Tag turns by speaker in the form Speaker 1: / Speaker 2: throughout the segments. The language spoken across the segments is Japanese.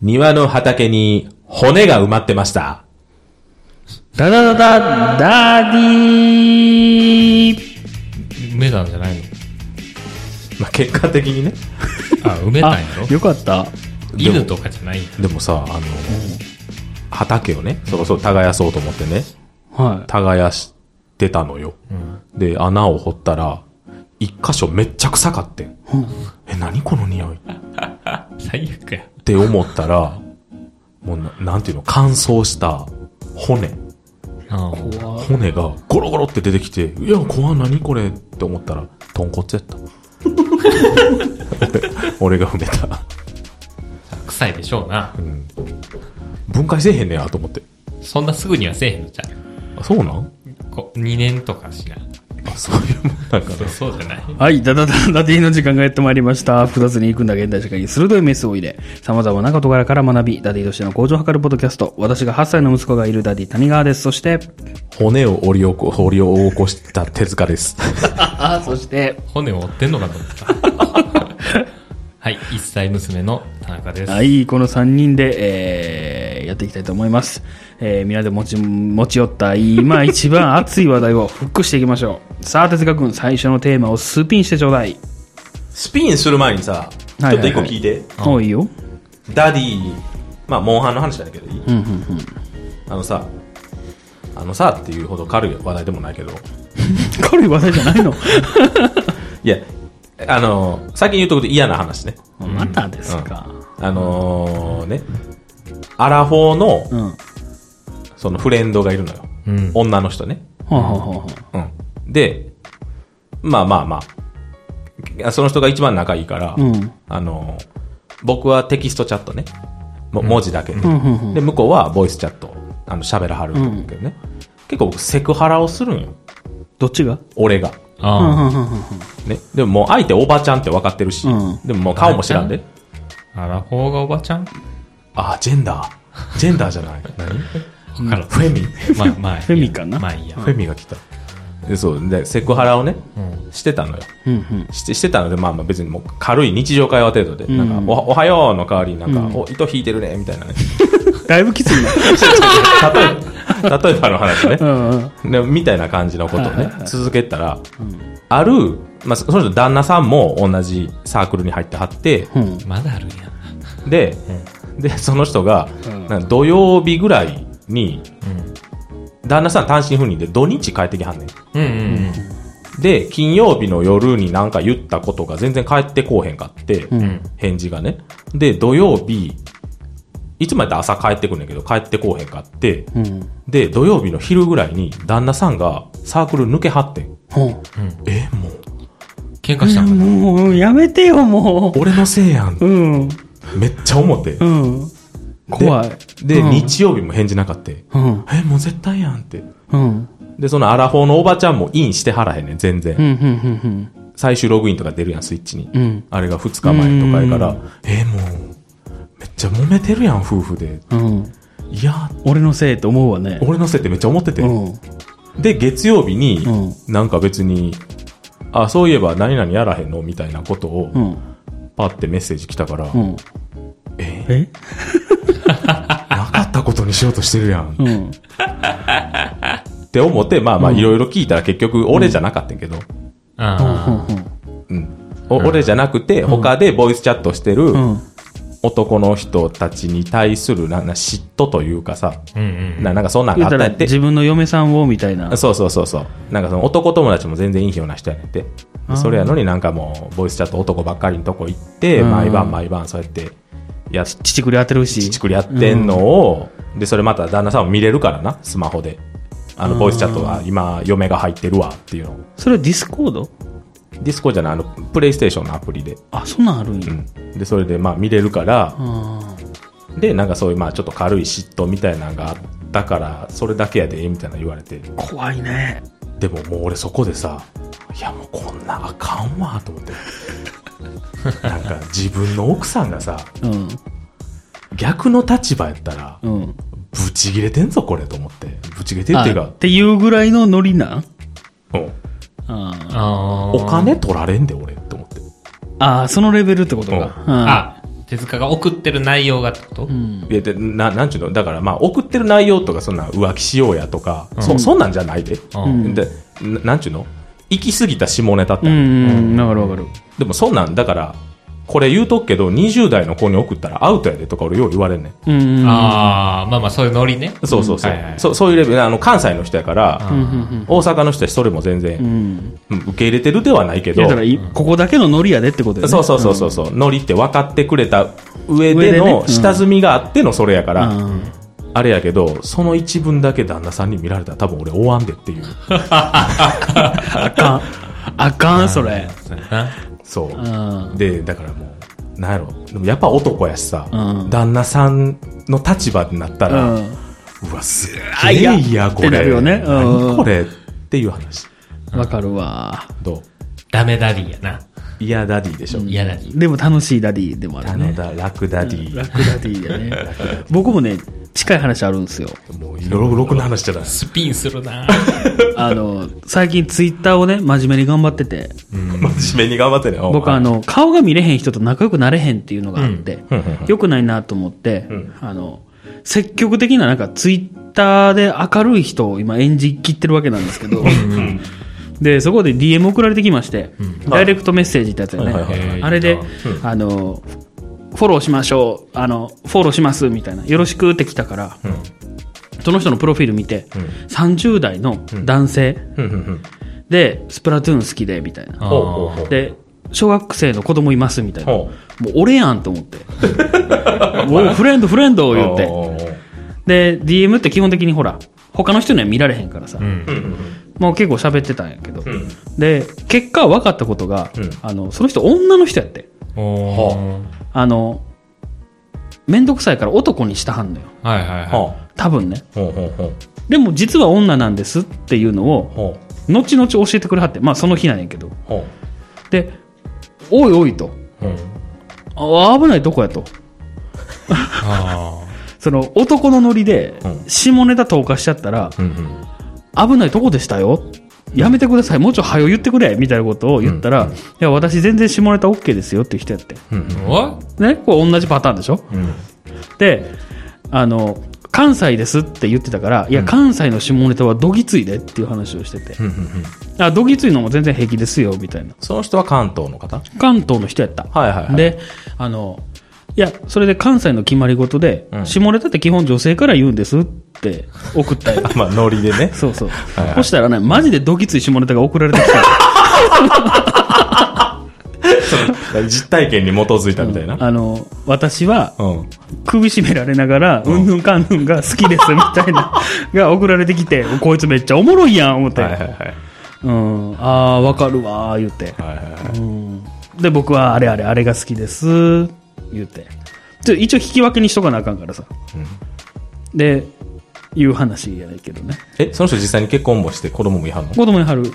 Speaker 1: 庭の畑に骨が埋まってました。
Speaker 2: ダダダダダーディー
Speaker 3: 埋めたんじゃ ないの
Speaker 1: まあ、結果的にね。
Speaker 3: あ、埋めたん
Speaker 2: あ
Speaker 3: やろ、
Speaker 2: よかった。
Speaker 3: 犬とかじゃないんや
Speaker 1: でもさ、あの、畑をね、そろそろ耕そうと思ってね、
Speaker 2: は
Speaker 1: 耕してたのよ。で、穴を掘ったら、一箇所めっちゃ臭かってん。え、何この匂いっ
Speaker 3: 最悪や。
Speaker 1: て思ったら、もうな、なんていうの、乾燥した骨。
Speaker 3: あ
Speaker 1: 骨がゴロゴロって出てきて、いや、怖い何これって思ったら、豚骨や った。俺が埋めた。
Speaker 3: 臭いでしょうな。
Speaker 1: うん。分解せえへんねやと思って。
Speaker 3: そんなすぐにはせえへんのじゃ
Speaker 1: あ、そうなん
Speaker 3: うこ2年とかしな。
Speaker 1: あ、そういうもんなんかな
Speaker 3: そうそうじゃない
Speaker 2: い。はい、ダダダダディーの時間がやってまいりました。複雑に入り組んだ現代社会に鋭いメスを入れ、様々な事柄から学び、ダディとしての向上を図るポッドキャスト。私が8歳の息子がいるダディ谷川です。そして、
Speaker 1: 骨を折り起こ、掘り起こした手塚です。
Speaker 2: ああ、そして、
Speaker 3: 骨を折ってんのかと思 った。はい、1歳娘の田中です。
Speaker 2: はい、この3人で、えーやっていきたいと思います。えー、みんなで持ち、持ち寄った今一番熱い話題をフックしていきましょう。さあ、哲学君、最初のテーマをスピンしてちょうだい。
Speaker 1: スピンする前にさ、ちょ
Speaker 2: はいはいはい
Speaker 1: っと一個聞いて。
Speaker 2: おういいよ。
Speaker 1: ダディ、まあ、モンハンの話だけどいい
Speaker 2: うん、うん、うん。
Speaker 1: あのさ、あのさっていうほど軽い話題でもないけど、
Speaker 2: 軽い話題じゃない の
Speaker 1: いや、あの、先に言うとこで嫌な話ね。
Speaker 2: またですか。
Speaker 1: あのーね、アラフォーの、
Speaker 2: うん。は
Speaker 1: そのフレンドがいるのよ。
Speaker 3: うん。
Speaker 1: 女の人ね。
Speaker 2: あ、はあは
Speaker 1: うん。で、まあまあまあ、その人が一番仲いいから、
Speaker 2: あ、うん。
Speaker 1: あのー僕はテキストチャットね。も文字だけで、
Speaker 2: うんうんうん
Speaker 1: で、向こうはボイスチャット、あの、喋らはるんだけどね。結構僕セクハラをするんよ。
Speaker 2: どっちが
Speaker 1: 俺が。
Speaker 2: うん、うん、
Speaker 3: あ
Speaker 2: うん、うん。
Speaker 1: ね。でももう相手おばちゃんって分かってるし、
Speaker 2: うん
Speaker 1: でももう顔も知らんで。
Speaker 3: あ。アラフォーがおばちゃん
Speaker 1: ああ、ジェンダー。ジェンダーじゃ ない。何
Speaker 3: わからん。
Speaker 1: フェミ
Speaker 3: まあまあ。
Speaker 2: フェミかな
Speaker 3: まあいいや。
Speaker 1: フェミが来た。でそう、で、セクハラをね、してたのよ。
Speaker 2: うん、うん。
Speaker 1: して、してたので、まあまあ別にもう軽い日常会話程度で、
Speaker 2: ん
Speaker 1: なんか、おはおはようの代わりになんか、お、糸引いてるね、みたいなね。
Speaker 2: だいぶきついな。
Speaker 1: 例えば、例えばの話ね
Speaker 2: う。ん、うん。
Speaker 1: でみたいな感じのことを
Speaker 2: はいはい
Speaker 1: ね
Speaker 2: は、い
Speaker 1: 続けてたら、ある、まあ、そその人旦那さんも同じサークルに入ってはって、
Speaker 2: うん。
Speaker 3: まだあるんや。
Speaker 1: で、で、その人が、
Speaker 2: ん
Speaker 1: なんか土曜日ぐらいに、
Speaker 3: うん。
Speaker 1: 旦那さん単身赴任で土日帰ってきはんねん。
Speaker 3: うんうんうん。
Speaker 1: で、金曜日の夜になんか言ったことが全然返ってこうへんかって、
Speaker 2: うん
Speaker 1: 返事がね。で、土曜日、いつもやったら朝帰ってくんねんけど、帰ってこうへんかって、
Speaker 2: うん。
Speaker 1: で、土曜日の昼ぐらいに旦那さんがサークル抜けはってん。
Speaker 2: うん
Speaker 1: え、もう、
Speaker 3: 喧嘩したんかな
Speaker 2: もう、やめてよ、も
Speaker 1: 俺のせいやん
Speaker 2: う。。うん。
Speaker 1: めっちゃ思って
Speaker 2: う。ん。怖い。
Speaker 1: で、
Speaker 2: うん
Speaker 1: 日曜日も返事なかって。
Speaker 2: うん。
Speaker 1: え、もう絶対やんって。
Speaker 2: うん。
Speaker 1: で、そのアラフォーのおばちゃんもインしてはらへんねん、全然。
Speaker 2: うん、うん、
Speaker 1: 最終ログインとか出るやん、スイッチに。
Speaker 2: うん、うん。
Speaker 1: あれが2日前とかやから、えーもう、めっちゃ揉めてるやん、夫婦で。
Speaker 2: うん。
Speaker 1: いや、
Speaker 2: 俺のせいって思うわね。
Speaker 1: 俺のせいってめっちゃ思ってて。
Speaker 2: うん。
Speaker 1: で、月曜日に、
Speaker 2: う
Speaker 1: なんか別に、あ、そういえば何々やらへんのみたいなことを
Speaker 2: う、ん。
Speaker 1: パってメッセージ来たから、
Speaker 2: うん。
Speaker 1: え
Speaker 2: え
Speaker 1: なかったことにしようとしてるやん。
Speaker 2: うん。
Speaker 1: って思って、まあまあ
Speaker 2: うん
Speaker 1: いろいろ聞いたら結局俺じゃなかったんやけど、
Speaker 3: あ
Speaker 1: うん。お俺じゃなくて、他でボイスチャットしてる
Speaker 2: うん。
Speaker 1: 男の人たちに対するなな嫉妬というかさ、
Speaker 3: あ。うんうん。
Speaker 1: ななんかそんなんが
Speaker 2: 言
Speaker 1: あ
Speaker 2: っ
Speaker 1: った
Speaker 2: た
Speaker 1: んや
Speaker 2: ら
Speaker 1: って。
Speaker 2: 自分の嫁さんをみたいな。
Speaker 1: そうそうそうそう。なんかその男友達も全然いいような人やねんて。でそれやのになんかもう、ボイスチャット男ばっかりのとこ行って、
Speaker 2: うん
Speaker 1: 毎晩毎晩そうやって、やっ、ち
Speaker 2: 乳くり当てるし。
Speaker 1: ちくりやってんのを、で、それまた旦那さんも見れるからな、スマホで。あの、ボイスチャットは今、嫁が入ってるわっていうのを。
Speaker 2: それはディスコード
Speaker 1: ディスコじゃない、あの、プレイステーションのアプリで。
Speaker 2: あ、そんなんあるんや。
Speaker 1: うん。で、それでまあ見れるから、
Speaker 2: あ
Speaker 1: で、なんかそういうまあちょっと軽い嫉妬みたいなのがあったから、それだけやで、みたいなの言われて。
Speaker 2: ー怖いね。
Speaker 1: でももう俺そこでさ、いやもうこんなあかんわと思って。なんか自分の奥さんがさ、
Speaker 2: うん。
Speaker 1: 逆の立場やったら、
Speaker 2: うん。
Speaker 1: ブチギレてんぞこれと思って。ブチギレてるっていう
Speaker 2: あ
Speaker 1: か
Speaker 2: っ、ていうぐらいのノリなん
Speaker 1: うん
Speaker 2: あ
Speaker 3: あー
Speaker 1: お金取られんで俺と思って。
Speaker 2: あー、そのレベルってことか。
Speaker 3: あ、手塚が送ってる内容がってこと、
Speaker 1: いやでななんちゅうのだからまあ送ってる内容とかそんな浮気しようやとか、そそんなんじゃないで,、
Speaker 3: うん
Speaker 1: でななんちゅうの行き過ぎた下ネタって
Speaker 2: う
Speaker 1: ある、
Speaker 2: んうん、わかるわかる。
Speaker 1: でもそんなんだからこれ言うとくけど20代の子に送ったらアウトやでとか俺よう言われんねん
Speaker 2: うんうん。
Speaker 3: ああ、まあまあ、そういうノリね。
Speaker 1: そうそうそう、
Speaker 3: はいはい
Speaker 1: そそういうレベルあの関西の人やから、大阪の人はそれも全
Speaker 2: う
Speaker 1: 然、
Speaker 2: ん。
Speaker 1: うん受け入れてるではないけど
Speaker 2: だからい、ここだけのノリやでってことやね。
Speaker 1: そうそうそうそうそう、ノリって分かってくれた上
Speaker 2: 上
Speaker 1: で
Speaker 2: でねう
Speaker 1: の
Speaker 2: ん
Speaker 1: 下積みがあってのそれやから、
Speaker 2: うん。
Speaker 1: あれやけどその一文だけ旦那さんに見られたら多分俺終わんで っていう
Speaker 2: あかん。あかん、それ。
Speaker 3: そうやな
Speaker 1: そうう、
Speaker 2: ん。
Speaker 1: でだからもうなんやろでもやっぱ男やしさ、
Speaker 2: うん
Speaker 1: 旦那さんの立場になった
Speaker 2: う。
Speaker 1: ら、うんわす
Speaker 2: あ
Speaker 1: げ
Speaker 2: いや
Speaker 1: えいやこれ
Speaker 2: ってなるよねうん
Speaker 1: 何これっていう話
Speaker 2: わかるわ。
Speaker 1: どう
Speaker 3: ダメダディやな。
Speaker 1: いやダディでしょ、
Speaker 3: 嫌ダディ。
Speaker 2: でも楽しいダディでもあ
Speaker 1: あ
Speaker 2: る
Speaker 1: の
Speaker 2: ね。
Speaker 1: だ楽ダディ、
Speaker 2: 楽ダディでね。僕もね、近い話あるんですよ。
Speaker 1: もういろいろろくな話じゃない
Speaker 3: スピンする な。
Speaker 2: あの、最近ツイッターをね、真面目に頑張ってて、
Speaker 1: 真面目に頑張ってねおう
Speaker 2: 僕あの、顔が見れへん人と仲良くなれへんっていうのがあって
Speaker 1: うんうんうん、
Speaker 2: 良くないなと思って、あの、積極的ななんかツイッターで明るい人を今演じきってるわけなんですけど、で、そこで DM 送られてきまして、ダイレクトメッセージってやつやね
Speaker 1: はいはい
Speaker 3: は。い
Speaker 2: あれ
Speaker 3: いい
Speaker 2: で
Speaker 3: な、
Speaker 2: あの、フォローしましょう、あの、フォローしますみたいな、よろしくって来たから、その人のプロフィール見て、30代の男性
Speaker 1: うんうんうん
Speaker 2: で、スプラトゥーン好きで、みたいな。
Speaker 1: ほうほうほう
Speaker 2: で、小学生の子供いますみたいな。も
Speaker 1: ほ
Speaker 2: う俺やんと思って。 もうフレンドフレンド
Speaker 1: う
Speaker 2: 言って。
Speaker 1: おうおうおう
Speaker 2: で、DM って基本的にほら、他の人には見られへんからさ、
Speaker 3: うん
Speaker 1: う。んうん
Speaker 2: もう結構喋ってたんやけど。
Speaker 1: ん
Speaker 2: で、結果分かったことが、
Speaker 1: うん
Speaker 2: あの、その人女の人やって。
Speaker 3: おー
Speaker 2: あの、めんどくさいから男にしたはんのよ。
Speaker 3: はいはいはい。
Speaker 1: ほう
Speaker 2: 多分ね。
Speaker 1: ほうほうほう
Speaker 2: でも実は女なんですっていうのを、
Speaker 1: ほ
Speaker 2: 後々教えてくれはって、まあその日なんやけど。
Speaker 1: うほ
Speaker 2: で、おいおいと。
Speaker 1: ううん
Speaker 2: あ危ないとこやと。
Speaker 3: あ
Speaker 2: その男のノリで
Speaker 1: うん
Speaker 2: 下ネタ投下しちゃったら、
Speaker 1: うんうん
Speaker 2: 危ないとこでしたよ。やめてください。もうちょい早よ言ってくれ。みたいなことを言ったら、いや、私全然下ネタ OK ですよっていう人やって。
Speaker 3: ーお
Speaker 2: ねこれ同じパターンでしょ
Speaker 1: うん
Speaker 2: で、あの、関西ですって言ってたから、いや、関西の下ネタはどぎついでっていう話をしてて。
Speaker 1: うんうんうん
Speaker 2: あ、どぎついのも全然平気ですよ、みたいな。
Speaker 1: その人は関東の方
Speaker 2: 関東の人やった。
Speaker 1: はいはいはい
Speaker 2: で、あの、いや、それで関西の決まり事で、
Speaker 1: うん
Speaker 2: 下ネタって基本女性から言うんですって送ったよ。
Speaker 1: まあノリでね
Speaker 2: そうそう。
Speaker 1: いはい
Speaker 2: そしたらね、マジでドキつい下ネタが送られてきた。
Speaker 1: 実体験に基づいたみたいな
Speaker 2: あの、私は、
Speaker 1: うん
Speaker 2: 首絞められながら、うんぬんかんぬんが好きです、みたいな、が送られてきて、こいつめっちゃおもろいやん、思って。
Speaker 1: はいはいはい
Speaker 2: うん、ああー、わかるわー、言って。
Speaker 1: はいはいはい
Speaker 2: うん。で、僕は、あれあれ、あれが好きです、言って。ちょ一応引き分けにしとかなあかんからさ。で、いう話やねんけどね。
Speaker 1: えその人実際に結婚もして子供もいはんの
Speaker 2: 子供に貼る。はい。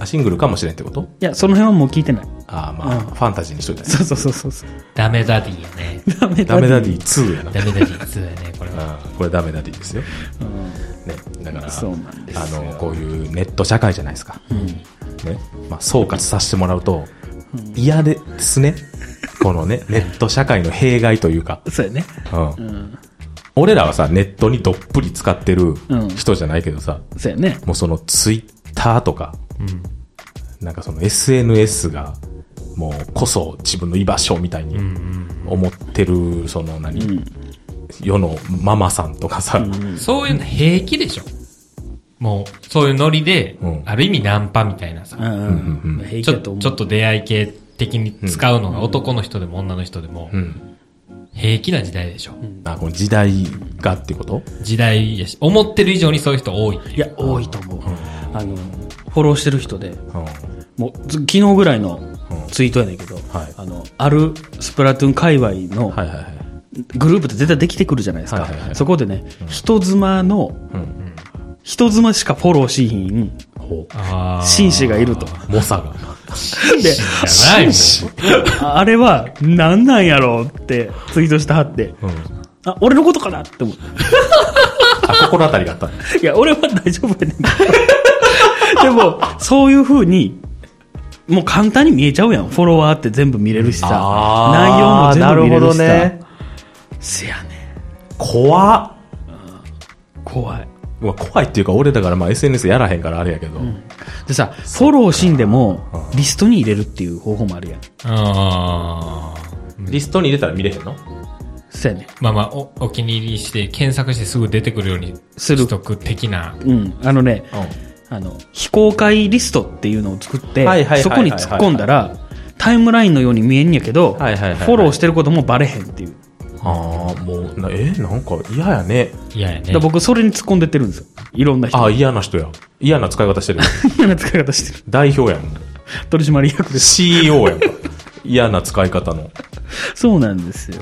Speaker 1: あシングルかもしれんってこと
Speaker 2: いや、その辺はもう聞いてない。
Speaker 1: ああまあ
Speaker 2: うん
Speaker 1: ファンタジーにしといたね
Speaker 2: そうそうそうそうそう。
Speaker 3: ダメダディやね。
Speaker 2: ダメ
Speaker 1: ダメダデ
Speaker 2: ィ
Speaker 1: ィ2やな
Speaker 3: ダメダディ2やね、これ
Speaker 1: あ
Speaker 3: は。
Speaker 1: ーこれダメダディですよねだから
Speaker 2: そうなんですよ
Speaker 1: あのこういうネット社会じゃないですかねまあ総括させてもらうと嫌ですねこのねネット社会の弊害というか
Speaker 2: そうやね。
Speaker 1: うん俺らはさ、ネットにどっぷり使ってる
Speaker 2: うん
Speaker 1: 人じゃないけどさ、
Speaker 2: そうやね。
Speaker 1: もうそのツイッターとか、なんかその SNS が、もうこそ自分の居場所みたいに思ってる、その何、世のママさんとかさ、
Speaker 3: そういうの平気でしょ。もう、そういうノリで、
Speaker 1: うん
Speaker 3: ある意味ナンパみたいなさ
Speaker 2: う。んうんうん。平
Speaker 3: ち
Speaker 2: 気
Speaker 3: ょ
Speaker 2: だ
Speaker 3: っ
Speaker 2: と
Speaker 3: と、
Speaker 2: 思う。
Speaker 3: ちょっと出会い系的に使うのが男の人でも女の人でも
Speaker 1: う、ん。
Speaker 3: 平気な時代でしょ。
Speaker 1: あ、この時代がってこと
Speaker 3: 時代やし、思ってる以上にそういう人多いっていう
Speaker 2: いや、多いと思う。あの、フォローしてる人で、
Speaker 1: うん。
Speaker 2: もう、ず昨日ぐらいのツイートやねんけど、
Speaker 1: はい
Speaker 2: あの、あるスプラトゥーン界隈の
Speaker 1: はいはいはい。
Speaker 2: グループって絶対できてくるじゃないですか。
Speaker 1: はいはいはい
Speaker 2: そこでね、人妻の、人妻しかフォローしひん、
Speaker 3: あー
Speaker 2: 紳士がいると。
Speaker 1: 猛者が。
Speaker 2: で、
Speaker 3: じゃないもん。
Speaker 2: ああれは、なんなんやろうってツイートしてはって、
Speaker 1: うん。
Speaker 2: あ、俺のことかなって思って。
Speaker 1: あ、心当たりがあった ね。
Speaker 2: いや、俺は大丈夫やねんけど。でも、そういう風に、もう簡単に見えちゃうやん。フォロワーって全部見れるしさ。
Speaker 1: あー
Speaker 2: 内容も全部見れるしさ。
Speaker 1: なるほどね
Speaker 2: せやね。
Speaker 1: 怖っ
Speaker 2: 怖い。
Speaker 1: まあ怖いっていうか俺だからまあ SNS やらへんからあれやけど、
Speaker 2: でさ、フォローしんでも、リストに入れるっていう方法もあるやん。
Speaker 3: ああ。
Speaker 1: リストに入れたら見れへんの
Speaker 2: せやね。
Speaker 3: まあまあお、お気に入りして、検索してすぐ出てくるように
Speaker 2: する
Speaker 3: しとく的な。
Speaker 2: うん。あのね、あの、非公開リストっていうのを作って
Speaker 1: はいはいはいはい、
Speaker 2: そこに突っ込んだら、タイムラインのように見えんやけど、フ
Speaker 1: はいはいはいはい
Speaker 2: ォローしてることもバレへんっていう。
Speaker 1: ああもうなえなんか嫌やね
Speaker 3: いややね
Speaker 2: だから。僕、それに突っ込んでってるんですよ。いろんな人。
Speaker 1: ああ嫌な人や嫌な使い方してる
Speaker 2: 嫌な使い方してる。
Speaker 1: 代表やもん
Speaker 2: 取締役です。
Speaker 1: CEO やんか嫌な使い方の
Speaker 2: そうなんですよ。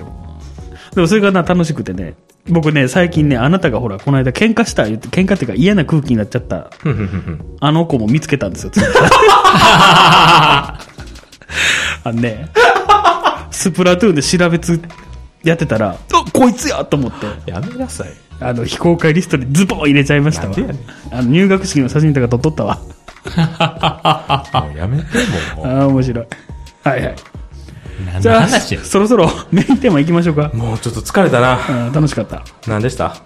Speaker 2: でもそれがな、楽しくてね。僕ね、最近ね、あなたがほら、この間喧嘩した言って、喧嘩っていうか嫌な空気になっちゃった、あの子も見つけたん ですよ、ツイッターあのね、スプラトゥーンで調べつ、やってたら、あこいつやと思って、
Speaker 1: やめなさい
Speaker 2: あの、非公開リストにズボン入れちゃいました
Speaker 1: なん
Speaker 2: わ
Speaker 1: でやね。
Speaker 2: あの、入学式の写真とか撮っとったわ。
Speaker 1: もうやめてもう
Speaker 2: ああ、面白い。はいはい。
Speaker 3: 何
Speaker 2: じ
Speaker 3: の
Speaker 2: ゃあ、
Speaker 3: 話や。
Speaker 2: そろそろメインテーマ行きましょうか。
Speaker 1: もうちょっと疲れたな
Speaker 2: うん楽しかった。
Speaker 1: 何でした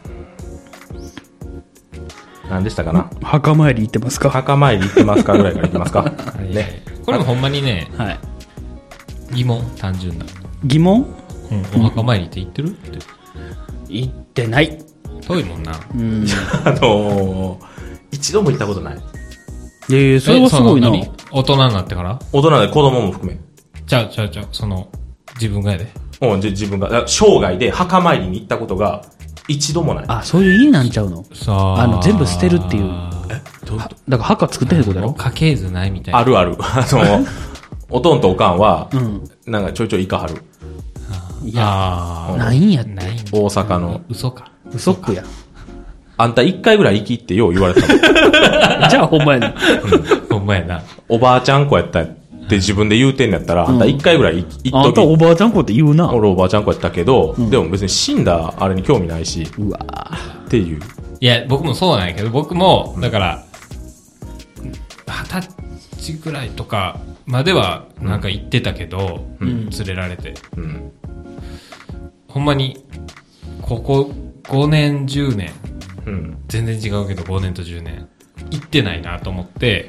Speaker 1: 何でしたかな
Speaker 2: 墓参り行ってますか
Speaker 1: 墓参り行ってますかぐらいから行きますかね
Speaker 3: これもほんまにね、
Speaker 2: はい。
Speaker 3: 疑問、単純な。
Speaker 2: 疑問
Speaker 3: うん、お墓参りって言ってるって。
Speaker 2: 行ってない。
Speaker 3: 遠いもんな。
Speaker 2: うん。
Speaker 1: あのー、一度も行ったことない
Speaker 2: えそれはすごいな
Speaker 3: え。その何大人になってから
Speaker 1: 大人で子供も含め
Speaker 3: ちゃうちゃうちゃう、その、自分がやで。
Speaker 1: うん、じ自分が、あ生涯で墓参りに行ったことが一度もない。
Speaker 2: あ、そういう家なんちゃうの
Speaker 3: さあ。
Speaker 2: あの全部捨てるっていう
Speaker 1: どういうこと
Speaker 2: だから墓作ってへんってことやろ
Speaker 3: 家系図ないみたいな。
Speaker 1: あるある。あ の、おとんとおかんは、
Speaker 2: うん。
Speaker 1: なんかちょいちょいイカはる。
Speaker 2: いや、
Speaker 3: あ
Speaker 2: ないんやって
Speaker 3: ー。。ないんだ
Speaker 1: 大阪の、
Speaker 3: 嘘か。
Speaker 2: 嘘っくや。
Speaker 1: あんた一回ぐらい行きってよう言われてたもん。
Speaker 2: じゃあほんまやな。
Speaker 3: ほんまやな。
Speaker 1: おばあちゃん子やったって自分で言うてんのやったら、あんた一回ぐらい行き、
Speaker 2: あ
Speaker 1: 行
Speaker 2: ん
Speaker 1: っと
Speaker 2: た
Speaker 1: き。
Speaker 2: おばあちゃん子って言うな。
Speaker 1: 俺おばあちゃん子やったけど、でも別に死んだあれに興味ないし、
Speaker 2: うわ
Speaker 1: っていう。
Speaker 3: いや、僕もそうなんやけど、僕も、だから、二十歳ぐらいとかまでは、なんか行ってたけど、連れられて。
Speaker 1: うん。
Speaker 3: ほんまに、ここ5年、10年、
Speaker 1: うん。
Speaker 3: 全然違うけど、5年と10年、行ってないなと思って、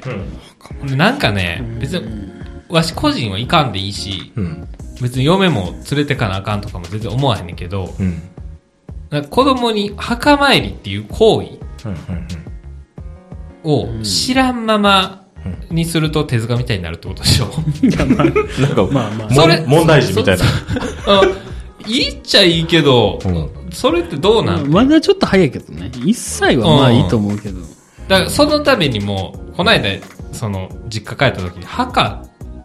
Speaker 1: うん。
Speaker 3: でなんかね、別に、わし個人は行かんでいいし、
Speaker 1: うん。
Speaker 3: 別に嫁も連れてかなあかんとかも全然思わへんねんけど、
Speaker 1: うん。
Speaker 3: なんか子供に墓参りっていう行為
Speaker 1: うん。
Speaker 3: を知らんままにすると手塚みたいになるってことでしょ。
Speaker 2: いや、まあ、
Speaker 1: なんか、
Speaker 2: まあま
Speaker 1: も
Speaker 2: あ
Speaker 1: ん
Speaker 3: それ
Speaker 1: 問題児みたいな。
Speaker 3: あいいっちゃいいけど、
Speaker 1: う
Speaker 3: それってどうなん、
Speaker 2: まだちょっと早いけどね。一歳はまあ
Speaker 3: うん
Speaker 2: いいと思うけど。
Speaker 3: だからそのためにも、この間、その、実家帰った時に、墓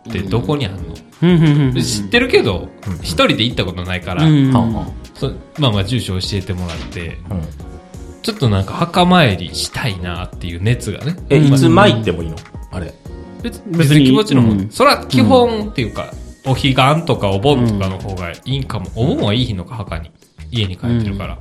Speaker 3: ってどこにあんの、
Speaker 2: うん、うん、うん。
Speaker 3: 知ってるけど、一人で行ったことないから、
Speaker 2: うん。
Speaker 1: はんはん
Speaker 3: そまあまあ住所教えてもらって、
Speaker 1: うん
Speaker 3: ちょっとなんか墓参りしたいなっていう熱がね。
Speaker 1: え、
Speaker 2: うん
Speaker 1: いつ参ってもいいのあれ。
Speaker 3: 別
Speaker 2: 別
Speaker 3: 別
Speaker 2: に
Speaker 3: に気持ちの方、
Speaker 2: うん
Speaker 3: それは基本っていうか、お彼岸とかお盆とかの方がいいんかも。お盆はいい日のか、墓に。家に帰ってるから。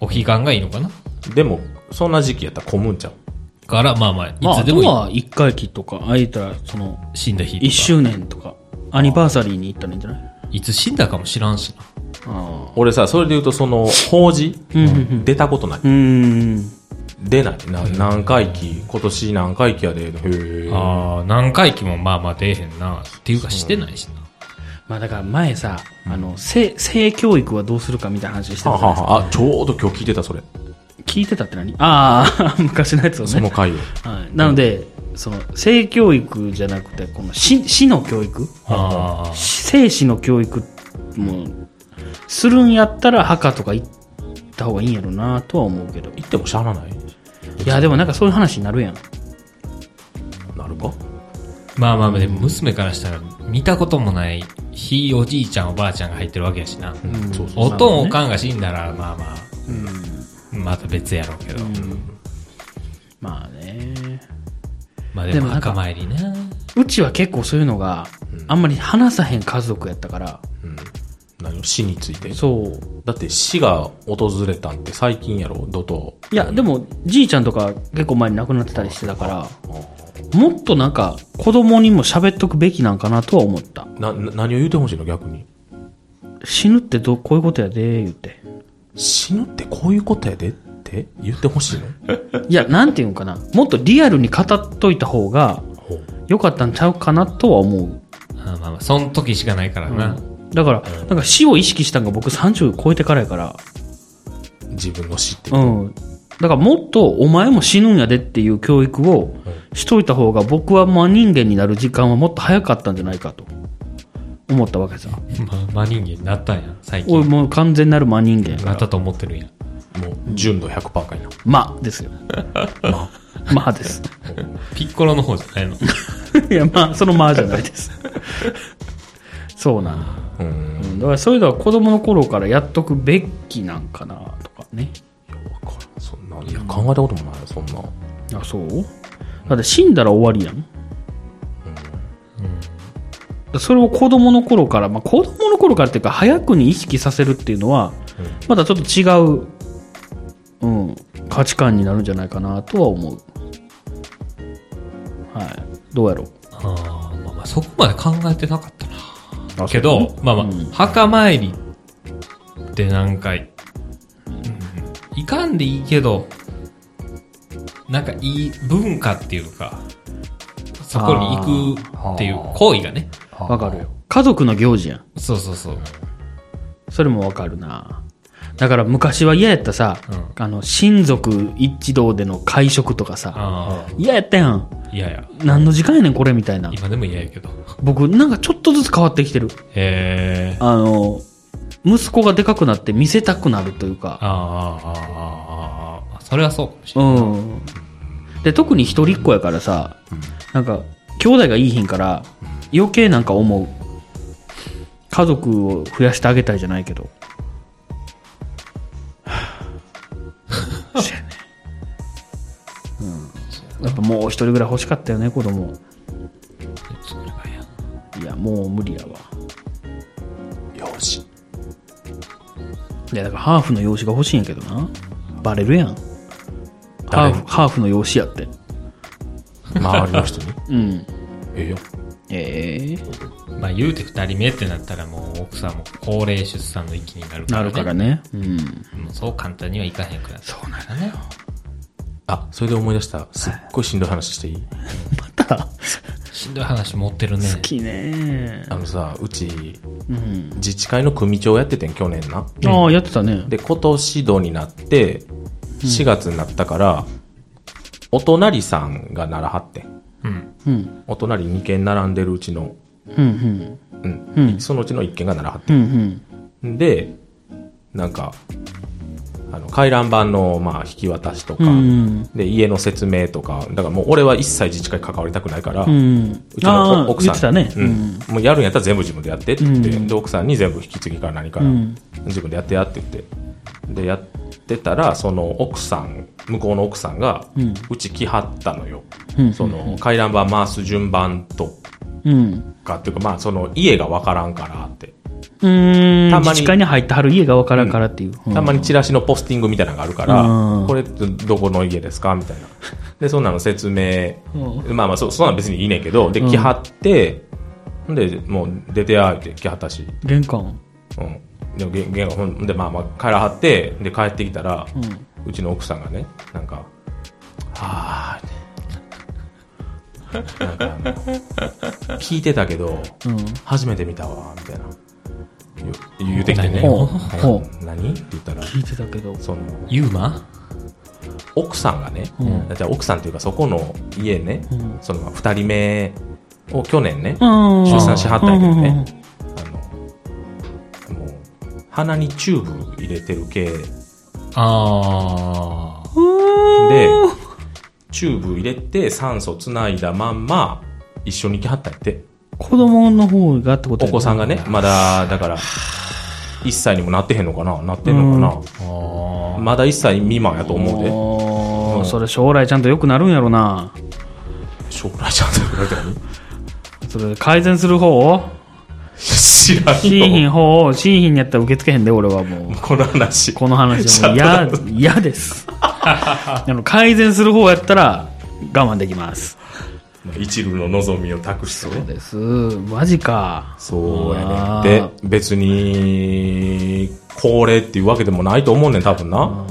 Speaker 3: お彼岸がいいのかな
Speaker 1: でも、そんな時期やったら混むんちゃう
Speaker 3: から、まあま
Speaker 2: ま
Speaker 3: あ、
Speaker 2: あ、
Speaker 3: い
Speaker 2: あ
Speaker 3: つで
Speaker 2: と
Speaker 3: もいい。
Speaker 2: は一回忌とか、あいたら、その、
Speaker 3: 死んだ日とか。
Speaker 2: 一周年とか、アニバーサリーに行ったらいいんじゃない
Speaker 3: いつ死んだかも知らんしな。
Speaker 2: ああ。
Speaker 1: 俺さ、それで言うと、その、法事、
Speaker 2: うんうんうん
Speaker 1: 出たことない。
Speaker 2: うん。
Speaker 1: 出ない。な何回忌、今年何回忌やで、へー
Speaker 3: ああ、何回忌もまあまあ出えへんな。っていうかしてないしな。
Speaker 2: まあだから前さ、あの、性、性教育はどうするかみたいな話してた
Speaker 1: は
Speaker 2: じ
Speaker 1: あは
Speaker 2: ゃないですか。
Speaker 1: あはあ、あちょうど今日聞いてた、それ。
Speaker 2: 聞いてたって何ああ、 昔のやつを
Speaker 1: その
Speaker 2: ね。
Speaker 1: 回を。
Speaker 2: はい、なので、その、性教育じゃなくて、この死、死の教育
Speaker 3: ああ。
Speaker 2: 生死の教育も、するんやったら墓とか行った方がいいんやろなとは思うけど。い
Speaker 1: 行ってもしゃあなない
Speaker 2: や、でもなんかそういう話になるやん。
Speaker 1: なるか
Speaker 3: まあまあまあ、でも娘からしたら、見たこともない、ひいおじいちゃんおばあちゃんが入ってるわけやしな。
Speaker 1: うん、そうそう。
Speaker 3: おとんおかんが死んだら、まあまあ、また別やろうけど。
Speaker 2: まあね。
Speaker 3: まあで
Speaker 2: で
Speaker 3: も
Speaker 2: もなんか
Speaker 3: 墓参りね。
Speaker 2: うちは結構そういうのが、あんまり話さへん家族やったから、
Speaker 1: 何を死について。
Speaker 2: そう。
Speaker 1: だって死が訪れたって最近やろ、怒涛。
Speaker 2: いや、でも、じいちゃんとか結構前に亡くなってたりしてたから、もっとなんか子供にも喋っとくべきなんかなとは思った
Speaker 1: な、な何を言うてほしいの逆に。
Speaker 2: 死ぬってどこういうことやで言って
Speaker 1: 死ぬってこういうことやでって言ってほしい の
Speaker 2: いやなんていうんかなもっとリアルに語っといた方が
Speaker 1: ほう
Speaker 2: 良かったんちゃうかなとは思う
Speaker 3: あまあまあ、その時しかないからな。
Speaker 2: だからなんか死を意識したんが僕30超えてからやから
Speaker 1: 自分の死って。
Speaker 2: うんだからもっとお前も死ぬんやでっていう教育をしといた方が僕は真人間になる時間はもっと早かったんじゃないかと思ったわけさ
Speaker 3: まあ、真人間になったんや、最
Speaker 2: 俺
Speaker 3: 近。
Speaker 2: もう完全なる真人間
Speaker 3: なったと思ってるんや。
Speaker 1: もう、純度100%かいな。
Speaker 2: まあですよ まあです
Speaker 3: ピッコロの方じゃないの。
Speaker 2: いや、まあ、そのまあじゃない です。そうなの。
Speaker 1: うん。
Speaker 2: うんだからそういうのは子供の頃からやっとくべきなんかなとかね。
Speaker 1: いや、わからん。そんな、いや、考えたこともないよ、そんな。
Speaker 2: あ、そうだって死んだら終わりやん。それを子供の頃から、まあ子供の頃からっていうか早くに意識させるっていうのは、まだちょっと違う、うん、価値観になるんじゃないかなとは思う。はい。どうやろう。
Speaker 3: あーまあまあ、そこまで考えてなかったな。けど、まあまあ、墓参りってなんか、うんいかんでいいけど、なんかいい文化っていうか、そこに行くっていう行為がね。
Speaker 2: わかるよ。家族の行事やん。
Speaker 3: そうそうそう。
Speaker 2: それもわかるな。だから昔は嫌やったさ、あの、親族一同での会食とかさ、
Speaker 3: あ
Speaker 2: 嫌やったやん。
Speaker 3: あ、いやいや。
Speaker 2: 何の時間やねん、これみたいな。
Speaker 3: 今でも嫌やけど。
Speaker 2: 僕、なんかちょっとずつ変わってきてる。
Speaker 3: へえ。
Speaker 2: あの、息子がでかくなって見せたくなるというか、
Speaker 3: あーあー、あーあー、あーそれはそうかもしれない。
Speaker 2: うん。で、特に一人っ子やからさ、なんか、兄弟がいいひんから、余計なんか思う。家族を増やしてあげたいじゃないけど。はぁそうやね。 うん。やっぱもう一人ぐらい欲しかったよね、子供。
Speaker 3: それが嫌
Speaker 2: いや、もう無理やわ。
Speaker 1: よし。
Speaker 2: いや、だからハーフの養子が欲しいんやけどな。バレるやん。ハ
Speaker 1: 誰
Speaker 2: ー
Speaker 1: に
Speaker 2: フ、ハーフの養子やって。
Speaker 1: 周りの人に。
Speaker 2: うん。
Speaker 1: ええよ。
Speaker 2: ええ
Speaker 3: まあ言うて二人目ってなったらもう奥さんも高齢出産の域になるから、
Speaker 2: な
Speaker 3: ね。
Speaker 2: るからね。うん。
Speaker 3: もうそう簡単にはいかへんくなった。
Speaker 2: そうなの
Speaker 3: だね。
Speaker 1: あ、それで思い出した。すっごいしんどい話していい
Speaker 2: また
Speaker 3: しんどい話持ってるね。
Speaker 2: 好きね
Speaker 1: あのさ、うち、
Speaker 2: うん
Speaker 1: 自治会の組長やっててん、去年な。
Speaker 2: ああやってたね
Speaker 1: で、今年度になって、4月になったから、お隣さんがならはってん。
Speaker 3: うん。
Speaker 2: うん
Speaker 1: お隣2軒並んでるうちの、
Speaker 2: うんうん
Speaker 1: うん。
Speaker 2: うん
Speaker 1: そのうちの1軒がならはって
Speaker 2: うんうん
Speaker 1: ん。で、なんか、あの、回覧板の、まあ、引き渡しとか、
Speaker 2: うん
Speaker 1: で、家の説明とか、だからもう俺は一切自治会関わりたくないから、
Speaker 2: うん
Speaker 1: うち
Speaker 2: あ
Speaker 1: の
Speaker 2: あ
Speaker 1: お奥さん
Speaker 2: 言ってた
Speaker 1: う
Speaker 2: ね
Speaker 1: んもうやるんやったら全部自分でやってって言って、
Speaker 2: うん
Speaker 1: で奥さんに全部引き継ぎから何から、
Speaker 2: うん
Speaker 1: 自分でやってやって言ってでやってたらその奥さん向こうの奥さんが、う
Speaker 2: うん
Speaker 1: ち来はったのよ、
Speaker 2: うん
Speaker 1: その回覧板回す順番と
Speaker 2: うん
Speaker 1: かっていうかまあその家がわからんからって
Speaker 2: うーん
Speaker 1: たまに
Speaker 2: 自治会に入ってはる家がわからんからっていう
Speaker 1: たまにチラシのポスティングみたいなのがあるから、
Speaker 2: うん
Speaker 1: これってどこの家ですかみたいな。で、そんなの説明、まあまあそ、そんなの別にいいねんけど、で、来はって、ほんで、もう出てやーって来はったし、
Speaker 2: うん玄関
Speaker 1: うん。でも、げ玄関、ほんで、まあまあ、帰らはって、で、帰ってきたら、うちの奥さんがね、なんか、あーって、なんかあの、聞いてたけど、初めて見たわ、みたいな。言う言うてきてね。
Speaker 2: ほうほ
Speaker 1: うん何って言ったら、
Speaker 2: 聞いてたけど
Speaker 1: その、
Speaker 3: ユーマ
Speaker 1: 奥さんがね、だって奥さんというかそこの家ね、その2人目を去年ね、
Speaker 2: うん
Speaker 1: 出産しはったんやけどね
Speaker 2: う、
Speaker 1: あの、もう、鼻にチューブ入れてる系
Speaker 3: ああ。
Speaker 1: で、チューブ入れて酸素つないだまんま、一緒に来はったんやって。
Speaker 2: 子供の方がってこと
Speaker 1: お
Speaker 2: やね
Speaker 1: 子さんがね、まだ、だから、1歳にもなってへんのかななってんのかな、まだ1歳未満やと思うで。
Speaker 2: おー
Speaker 1: うん
Speaker 2: それ将来ちゃんと良くなるんやろな
Speaker 1: 将来ちゃんと言われて何
Speaker 2: それ改善する方
Speaker 1: 知ら
Speaker 2: シー
Speaker 1: ん
Speaker 2: ヒ
Speaker 1: よ。
Speaker 2: ン方をシーヒンやったら受け付けへんで俺はもう
Speaker 1: この話。
Speaker 2: この話はもう 嫌嫌ですあの改善する方やったら我慢できます
Speaker 1: 一縷の望みを託して
Speaker 2: そう
Speaker 1: ね。
Speaker 2: です。マジか。
Speaker 1: そうや
Speaker 2: あ
Speaker 1: ねん。
Speaker 2: ー
Speaker 1: で、別に、高齢っていうわけでもないと思うねん、多分な。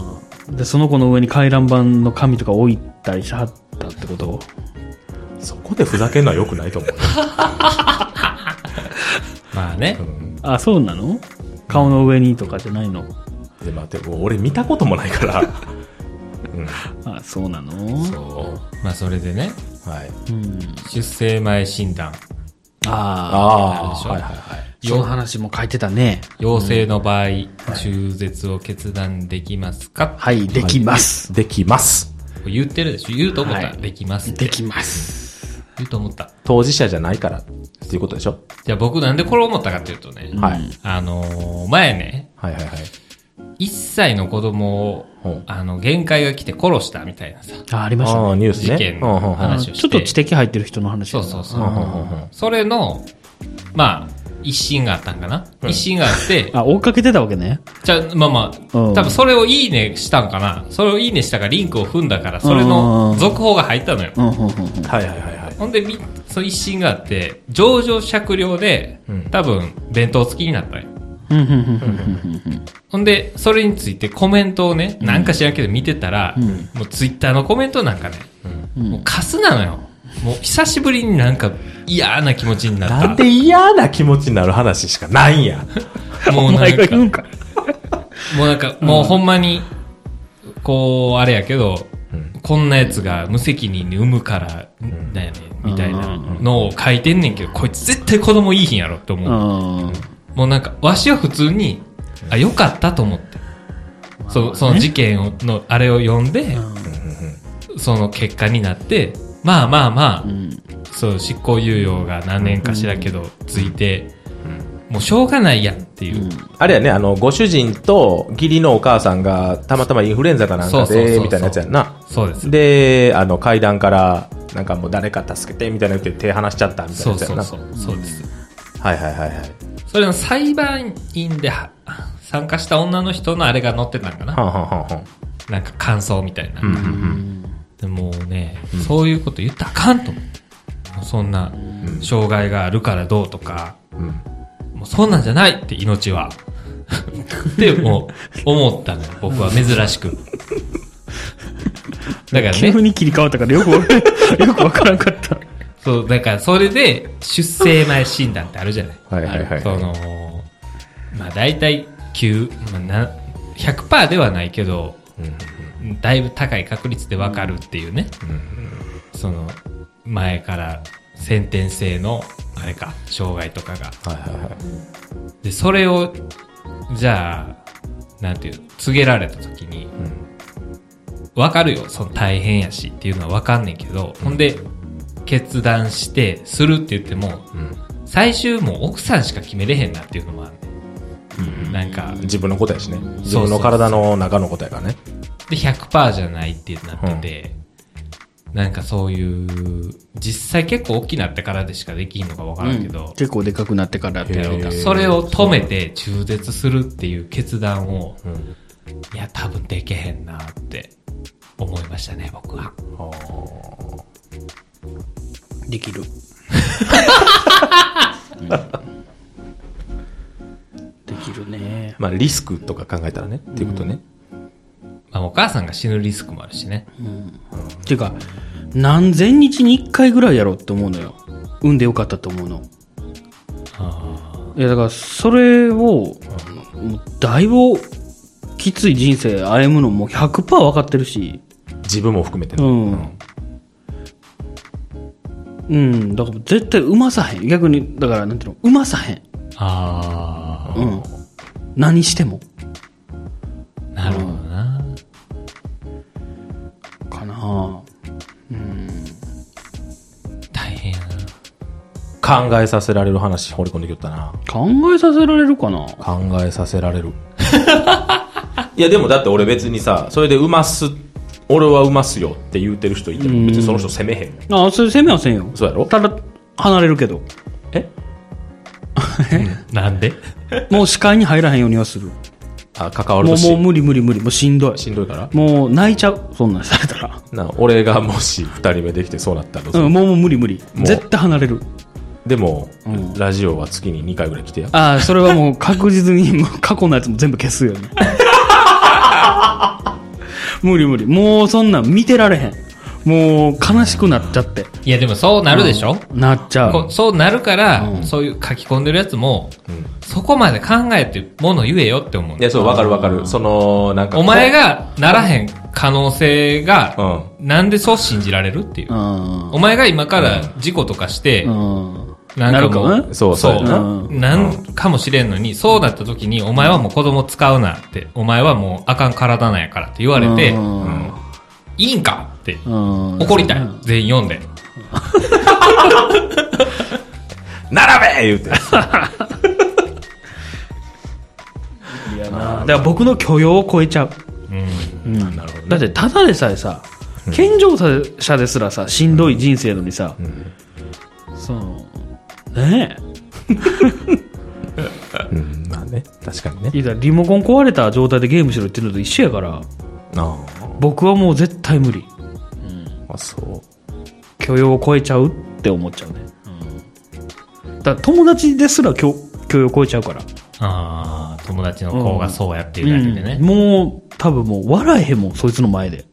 Speaker 2: で、その子の上に回覧板の紙とか置いたりしはったってこと
Speaker 1: そこでふざけんのは良くないと思う。
Speaker 3: まあね。
Speaker 2: あ、そうなの顔の上にとかじゃないの
Speaker 1: で、待って、もう俺見たこともない から。うん。
Speaker 2: あ、そうなの
Speaker 1: そ
Speaker 3: まあそれでね、
Speaker 1: う。はい。
Speaker 2: うん。
Speaker 3: 出生前診断、
Speaker 2: ああ。
Speaker 1: あ
Speaker 3: でし
Speaker 1: あ、
Speaker 3: ょ
Speaker 1: はいはいはい。
Speaker 2: その話も書いてたね。
Speaker 3: 陽性の場合、中絶を決断できますか
Speaker 2: はい、できます。
Speaker 1: できます。
Speaker 3: 言ってるでしょ言うと思った。
Speaker 2: はい
Speaker 3: できますって
Speaker 2: できます。
Speaker 3: 言うと思った。
Speaker 1: 当事者じゃないからっていうことでしょ
Speaker 3: じゃあ僕なんでこれ思ったかっていうとね、
Speaker 1: はい。
Speaker 3: あのー前ね、
Speaker 1: はいはいはい。
Speaker 3: 1歳の子供を
Speaker 1: ほう、
Speaker 3: あの、限界が来て殺したみたいなさ、
Speaker 2: あ、ありました
Speaker 1: ああ、
Speaker 2: ね。
Speaker 1: ニュースね。
Speaker 3: 事件
Speaker 1: うんうん
Speaker 3: の
Speaker 1: うん
Speaker 3: 話
Speaker 2: ち
Speaker 3: を
Speaker 2: ょ
Speaker 3: し
Speaker 2: っと
Speaker 3: て、
Speaker 2: 知的入ってる人の話
Speaker 3: そうそうそうう。
Speaker 1: うんうんうんうん
Speaker 3: それの、まあ、一審があったんかな、一審があっ て、
Speaker 2: あ、追っかけてたわけね。
Speaker 3: じゃあまあまあ、
Speaker 2: うん
Speaker 3: 多分それをいいねしたんかなそれをいいねしたからリンクを踏んだから、それの続報が入ったのよ。
Speaker 2: うん、うん、うんうん。
Speaker 1: はいはいはいはい。
Speaker 3: ほんで、みその一審があって、上場酌量で
Speaker 1: うん、
Speaker 3: 多分、弁当付きになったんよ。
Speaker 2: うん、うん、うん、うん。
Speaker 3: ほんで、それについてコメントをね、なんか知らんけど見てたら、
Speaker 2: ん
Speaker 3: もうツイッターのコメントなんかね、
Speaker 2: ん
Speaker 3: もうカスなのよ。もう久しぶりになんか嫌な気持ちになった。
Speaker 1: なんで嫌な気持ちになる話しかないんや。
Speaker 3: もう
Speaker 2: お
Speaker 3: な
Speaker 2: 前
Speaker 3: ん
Speaker 2: が
Speaker 3: か、
Speaker 2: 言うんか。
Speaker 3: もうなんか、もうほんまに、こう、あれやけど、こんなやつが無責任に産むから、だよね、みたいなのを書いてんねんけど、こいつ絶対子供いいひんやろって思
Speaker 2: う
Speaker 3: う。
Speaker 2: ん。
Speaker 3: もうなんか、わしは普通に、あ、よかったと思って。そその事件をの、あれを読んで、その結果になって、まあまあまあ、そう、執行猶予が何年かしらけど、ついて、もうしょうがないやっていう。
Speaker 1: あれやね、あの、ご主人と義理のお母さんがたまたまインフルエンザかなんか
Speaker 3: そうそうそう
Speaker 1: で、
Speaker 3: そう
Speaker 1: みたいなやつやんな。
Speaker 3: そうです。
Speaker 1: で、あの、階段から、なんかもう誰か助けて、みたいな言って手離しちゃった、みたいな
Speaker 3: そ
Speaker 1: や
Speaker 3: う
Speaker 1: つやん
Speaker 3: そ
Speaker 1: な。
Speaker 3: うそう。そうです。
Speaker 1: はいはいはいはい。
Speaker 3: それの裁判員では参加した女の人のあれが載ってたんか
Speaker 1: はん
Speaker 3: な。
Speaker 1: はんはんはん。
Speaker 3: なんか感想みたいな。
Speaker 1: うんうん
Speaker 3: でもうね、そういうこと言ったらあかんと思う。もうそんな、障害があるからどうとか、
Speaker 1: うん。うん
Speaker 3: もうそんなんじゃないって命は。 って、もう、思ったのよ。僕は珍 しく。だから
Speaker 2: 急
Speaker 3: ね、
Speaker 2: に切り替わったからよくわかよくわからんかった。
Speaker 3: そう、だからそれで、出生前診断ってあるじゃな
Speaker 1: は
Speaker 3: い。
Speaker 1: いはいはい。
Speaker 3: その、まあ大体9、まあ、な100%ではないけど、だいぶ高い確率でわかるっていうね、その、前から先天性の、あれか、障害とかが。
Speaker 1: はいはいはい。
Speaker 3: で、それを、じゃあ、なんていうの、告げられた時に、わかるよ、その大変やしっていうのはわかんねんけど、ほんで、決断して、するって言っても、最終もう奥さんしか決めれへんなっていうのもある、ねん、なんか、
Speaker 1: 自分のことやしね。自
Speaker 3: そうそう
Speaker 1: 分の体の中のことやからね。
Speaker 3: で、100%じゃないってなってて、なんかそういう、実際結構大きなってからでしかできひんのかわからんけど、
Speaker 2: 結構でかくなってからって
Speaker 1: へー
Speaker 3: それを止めて中絶するっていう決断を、いや、多分でけへんなって思いましたね、僕は。
Speaker 2: できる。 できるね。
Speaker 1: まあ、リスクとか考えたらね、っていうことね。
Speaker 3: まあ、お母さんが死ぬリスクもあるしね。
Speaker 2: ていうか、何千日に一回ぐらいやろうって思うのよ。産んでよかったと思うの。いや、だから、それを、もうだいぶ、きつい人生歩むのも100%分かってるし。
Speaker 1: 自分も含めて
Speaker 2: う
Speaker 1: ね。
Speaker 2: ん。うん、だから絶対うまさへん。逆に、だからなんていうの、うまさへん。
Speaker 3: あ
Speaker 2: うん。何しても。
Speaker 3: あ、なるほどな。
Speaker 2: かなぁ
Speaker 3: 大変やな。
Speaker 1: 考えさせられる話放り込んできよったな。
Speaker 2: 考えさせられるかな
Speaker 1: 考えさせられる いやでもだって俺別にさそれでうます俺はうますよって言うてる人いても別にその人責めへんねん
Speaker 2: あ、それ攻めはせんよ。
Speaker 1: そうやろ
Speaker 2: ただ、離れる けど。
Speaker 1: え
Speaker 3: なんで
Speaker 2: もう視界に入らへんようにはする。
Speaker 1: あ、関わると
Speaker 2: もう、
Speaker 1: し
Speaker 2: もう無理無理無理。もうしんどい。
Speaker 1: しんどいから
Speaker 2: もう泣いちゃう。そんなんされたら。
Speaker 1: な俺がもし2人目できてそうなったらどうす
Speaker 2: う
Speaker 1: る、
Speaker 2: ん、もうもう無理無理。
Speaker 1: もう
Speaker 2: 絶対離れる。
Speaker 1: でも、
Speaker 2: ん
Speaker 1: ラジオは月に2回ぐらい来てや
Speaker 2: ああ、それは もう確実に、もう過去のやつも全部消すよね。 無理無理。もうそんなん見てられへん。もう悲しくなっちゃって。
Speaker 3: いや、でもそうなるでしょ、
Speaker 2: なっちゃ
Speaker 3: こ
Speaker 2: う。
Speaker 3: そうなるから、
Speaker 2: うん
Speaker 3: そういう書き込んでるやつも、
Speaker 1: ん
Speaker 3: そこまで考えてもの言えよって思う
Speaker 1: い。やそうわかるわかるそのなんか
Speaker 3: お前がならへん可能性
Speaker 1: う
Speaker 3: が、
Speaker 1: ん
Speaker 3: なんでそう信じられるっていうう。
Speaker 2: ん。
Speaker 3: お前が今から事故とかして、
Speaker 2: うん。
Speaker 3: なん
Speaker 2: な
Speaker 3: か
Speaker 2: るか
Speaker 3: も
Speaker 2: も
Speaker 3: う
Speaker 2: ね、
Speaker 1: そうそう
Speaker 3: そう、
Speaker 1: やな
Speaker 2: うん
Speaker 3: なんかもしれんのに、そうなった時に、お前はもう子供使うなって、お前はもうあかん体なんやからって言われて、
Speaker 2: うん
Speaker 3: いいんかって、
Speaker 2: うん
Speaker 3: 怒りたい。全員読んで。
Speaker 1: 並べ言うて
Speaker 2: だから僕の許容を超えちゃう。
Speaker 1: なるほど
Speaker 2: だってただでさえさ、健常者ですらさ、しんどい人生のにさ、その、ねえ。
Speaker 1: うんまあね確かにね
Speaker 2: いやリモコン壊れた状態でゲームしろって言うのと一緒やから、
Speaker 1: あ
Speaker 2: 僕はもう絶対無理。
Speaker 1: あそう
Speaker 2: 許容を超えちゃうって思っちゃうね。だから友達ですら許許容を超えちゃうから。
Speaker 3: ああ、友達の子がそうやっていうだけでね。
Speaker 2: うんもう、多分もう笑えへんもん、そいつの前で。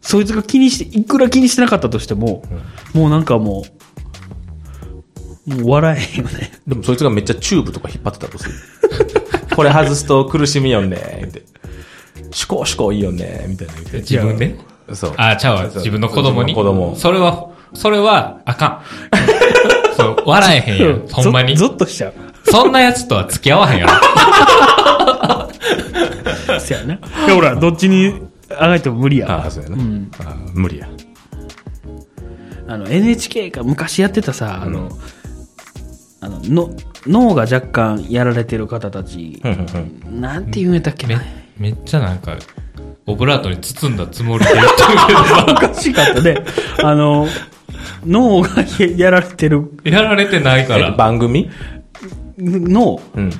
Speaker 2: そいつが気にして、いくら気にしてなかったとしても、もうなんかもう、もう笑えへんよね。
Speaker 1: でもそいつがめっちゃチューブとか引っ張ってたと する。これ外すと苦しみよね、みたいな。思考思考いいよね、みたいな言って。
Speaker 3: 自分で
Speaker 1: そう。
Speaker 3: ああ、ちゃうわ。自分の子供
Speaker 1: 自
Speaker 3: に。
Speaker 1: 分の子供
Speaker 3: それは、それは、あかん。そう、笑えへ んやん。ほんまに。
Speaker 2: ゾゾッとしちゃう。
Speaker 3: そんなやつとは付き合わへんやろ。
Speaker 2: せやな。でほら、どっちにあがいても無理やわ
Speaker 1: ああ、そうやな。ああ無理や。
Speaker 2: あの、NHK が昔やってたさ、あの、あの、の脳が若干やられてる方たち、なんて言うんやったっけ
Speaker 3: め
Speaker 2: な。
Speaker 3: めっちゃなんか、オブラートに包んだつもりで言ってるけどさ
Speaker 2: おかしかったね。あの、脳がやられてる、
Speaker 3: やられてないか
Speaker 1: え
Speaker 3: ら。
Speaker 1: 番組
Speaker 2: 脳、
Speaker 1: うん。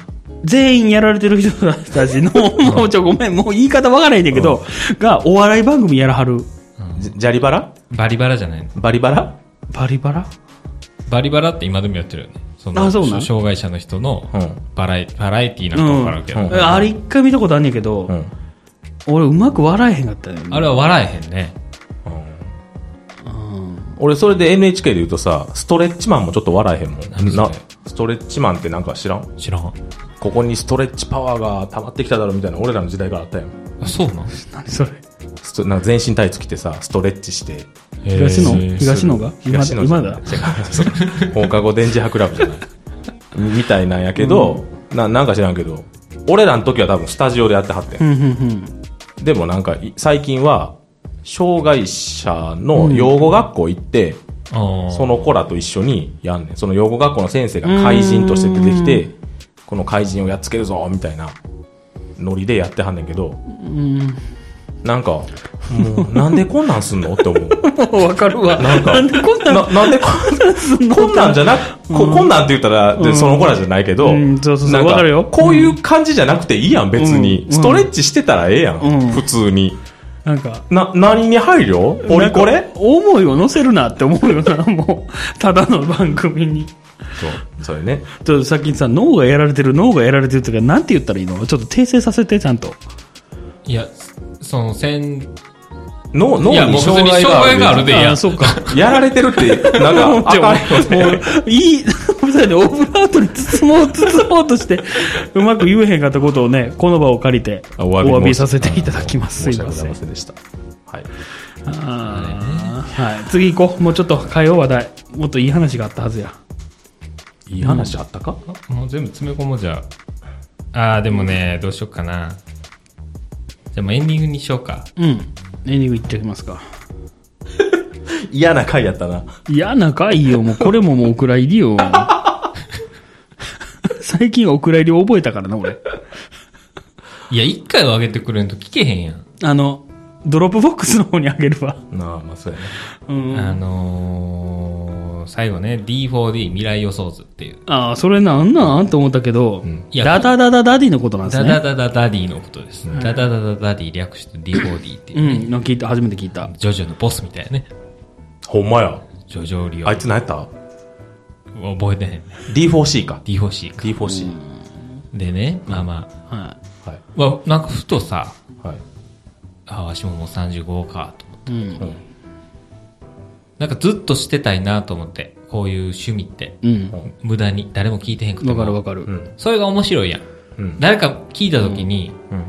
Speaker 2: 全員やられてる人たちの、もうちょ、ごめん、もう言い方わからへんねんけど、が、お笑い番組やらはる。
Speaker 1: じジャリバラ
Speaker 3: バリバラじゃないの。
Speaker 1: バリバラ
Speaker 2: バリバラ
Speaker 3: バリバラって今でもやってるよね。その
Speaker 2: あそうなん
Speaker 3: 障害者の人の
Speaker 1: うん
Speaker 3: バラエ、バラエティーなんかわからんけど、
Speaker 1: うんうん
Speaker 2: あれ一回見たことあんねんけど、
Speaker 1: うん。
Speaker 2: 俺うまく笑えへんかったよね。
Speaker 3: あれは笑えへんね。
Speaker 1: 俺、それで NHK で言うとさ、ストレッチマンもちょっと笑えへんも
Speaker 3: 何
Speaker 1: ん。
Speaker 3: それ
Speaker 1: な、ストレッチマンってなんか知らん
Speaker 3: 知らん。
Speaker 1: ここにストレッチパワーが溜まってきただろみたいな俺らの時代からあったやん。
Speaker 3: あ、そうなん
Speaker 2: 何それ。
Speaker 1: ストなんか全身タイツ着てさ、ストレッチして。
Speaker 2: 東野、
Speaker 3: えー
Speaker 2: 東野が今
Speaker 1: 東
Speaker 2: だ
Speaker 1: 野
Speaker 2: 今だ。
Speaker 1: 違うそう放課後電磁波クラブじゃない みたいなんやけど、ななんか知らんけど俺らの時は多分スタジオでやってはって、
Speaker 2: うんんうんうん。
Speaker 1: でもなんかい最近は障害者の養護学校行って、
Speaker 3: あー
Speaker 1: その子らと一緒にやんねんその養護学校の先生が怪人として出てきて、この怪人をやっつけるぞみたいなノリでやってはんねんけど、なんかもうなんでこんなんすんのって思う
Speaker 2: わかるわ。
Speaker 1: なんか
Speaker 2: なんでこんなん
Speaker 1: ななんでこんこんなんじゃなく、ここんなんって言ったら、でその子らじゃないけど、
Speaker 2: うんそうそうそう
Speaker 1: なん
Speaker 2: わかるよ
Speaker 1: こういう感じじゃなくていいやん、別に
Speaker 2: う。ん
Speaker 1: ストレッチしてたらええやん、
Speaker 2: うん
Speaker 1: 普通に。
Speaker 2: なんか、
Speaker 1: な、何に配慮ポリコ
Speaker 2: なん
Speaker 1: レ
Speaker 2: か思いを乗せるなって思うよな、もう。ただの番組に。
Speaker 1: そう、それね。
Speaker 2: ちょっとさっきさ、脳がやられてる、脳がやられてるとか、なんて言ったらいいのちょっと訂正させて、ちゃんと。
Speaker 3: いや、その、せん、い
Speaker 1: 脳、脳
Speaker 3: や、も
Speaker 1: に
Speaker 3: う別に
Speaker 1: 障害
Speaker 3: 障害が
Speaker 1: が
Speaker 3: あ
Speaker 1: あ
Speaker 3: る
Speaker 1: る。
Speaker 3: でいいや
Speaker 2: あ
Speaker 3: ん。
Speaker 2: そうか。
Speaker 1: やられてるって、 なんか、あ
Speaker 2: じゃあ
Speaker 1: かんよね。
Speaker 2: もうい い、ごめんなさいね、オブラートに包もう、包もうとして、うまく言えへんかったことをね、この場を借りて、
Speaker 1: あ
Speaker 2: お詫びさせていただきます。す
Speaker 1: 申
Speaker 2: い
Speaker 1: し
Speaker 2: ま
Speaker 1: 訳ござい
Speaker 2: せん
Speaker 1: ま。せんでした。はい。
Speaker 2: あーはい、次行こう。もうちょっと変えよう話題。もっといい話があったはずや。
Speaker 1: いい話あったか
Speaker 3: もう全部詰め込もうじゃあ。あー、でもね、どうしよっかな。じゃあもうエンディングにしようか。
Speaker 2: うん。エンディングいってきますか。
Speaker 1: 嫌な回やったな。
Speaker 2: いや、仲いいよ。もうこれももうお蔵入り よ。最近お蔵入りを覚えたからな、俺。
Speaker 3: いや、一回は上げてくれんと聞けへんやん。
Speaker 2: あの、ドロップボックスの方にあげるわ。
Speaker 1: なあ、まあそうやね。
Speaker 2: うん。
Speaker 3: あのの、最後ね、D4D 未来予想図っていう。
Speaker 2: ああ、それなんなんと思ったけど、
Speaker 3: いや
Speaker 2: ダダダダダディのことなんです
Speaker 3: ダ
Speaker 2: ね。
Speaker 3: ダダダダディのことです。ダダダダダディ略して D4D っていううね。
Speaker 2: ん、の聞いた、初めて聞いた。
Speaker 3: ジョジョのボスみたいなね。
Speaker 1: ほんまや。
Speaker 3: ジョジョリオ。
Speaker 1: あいつ何やった
Speaker 3: 覚えてへんね。
Speaker 1: ?D4C か。
Speaker 3: D4C か。
Speaker 1: D4C。
Speaker 3: でね、まあま
Speaker 2: は
Speaker 1: はい。
Speaker 3: あ。わなんかふとさ、
Speaker 1: はい。
Speaker 3: あわしももう35かと思って。
Speaker 2: い。うん。
Speaker 3: なんかずっとしてたいなと思って。こういう趣味って。
Speaker 2: うん。
Speaker 3: 無駄に誰も聞いてへんくて
Speaker 2: わ
Speaker 3: も。
Speaker 2: かるわかる。
Speaker 1: ん
Speaker 3: それが面白いやん。
Speaker 1: うん
Speaker 3: 誰か聞いた時に、
Speaker 1: うん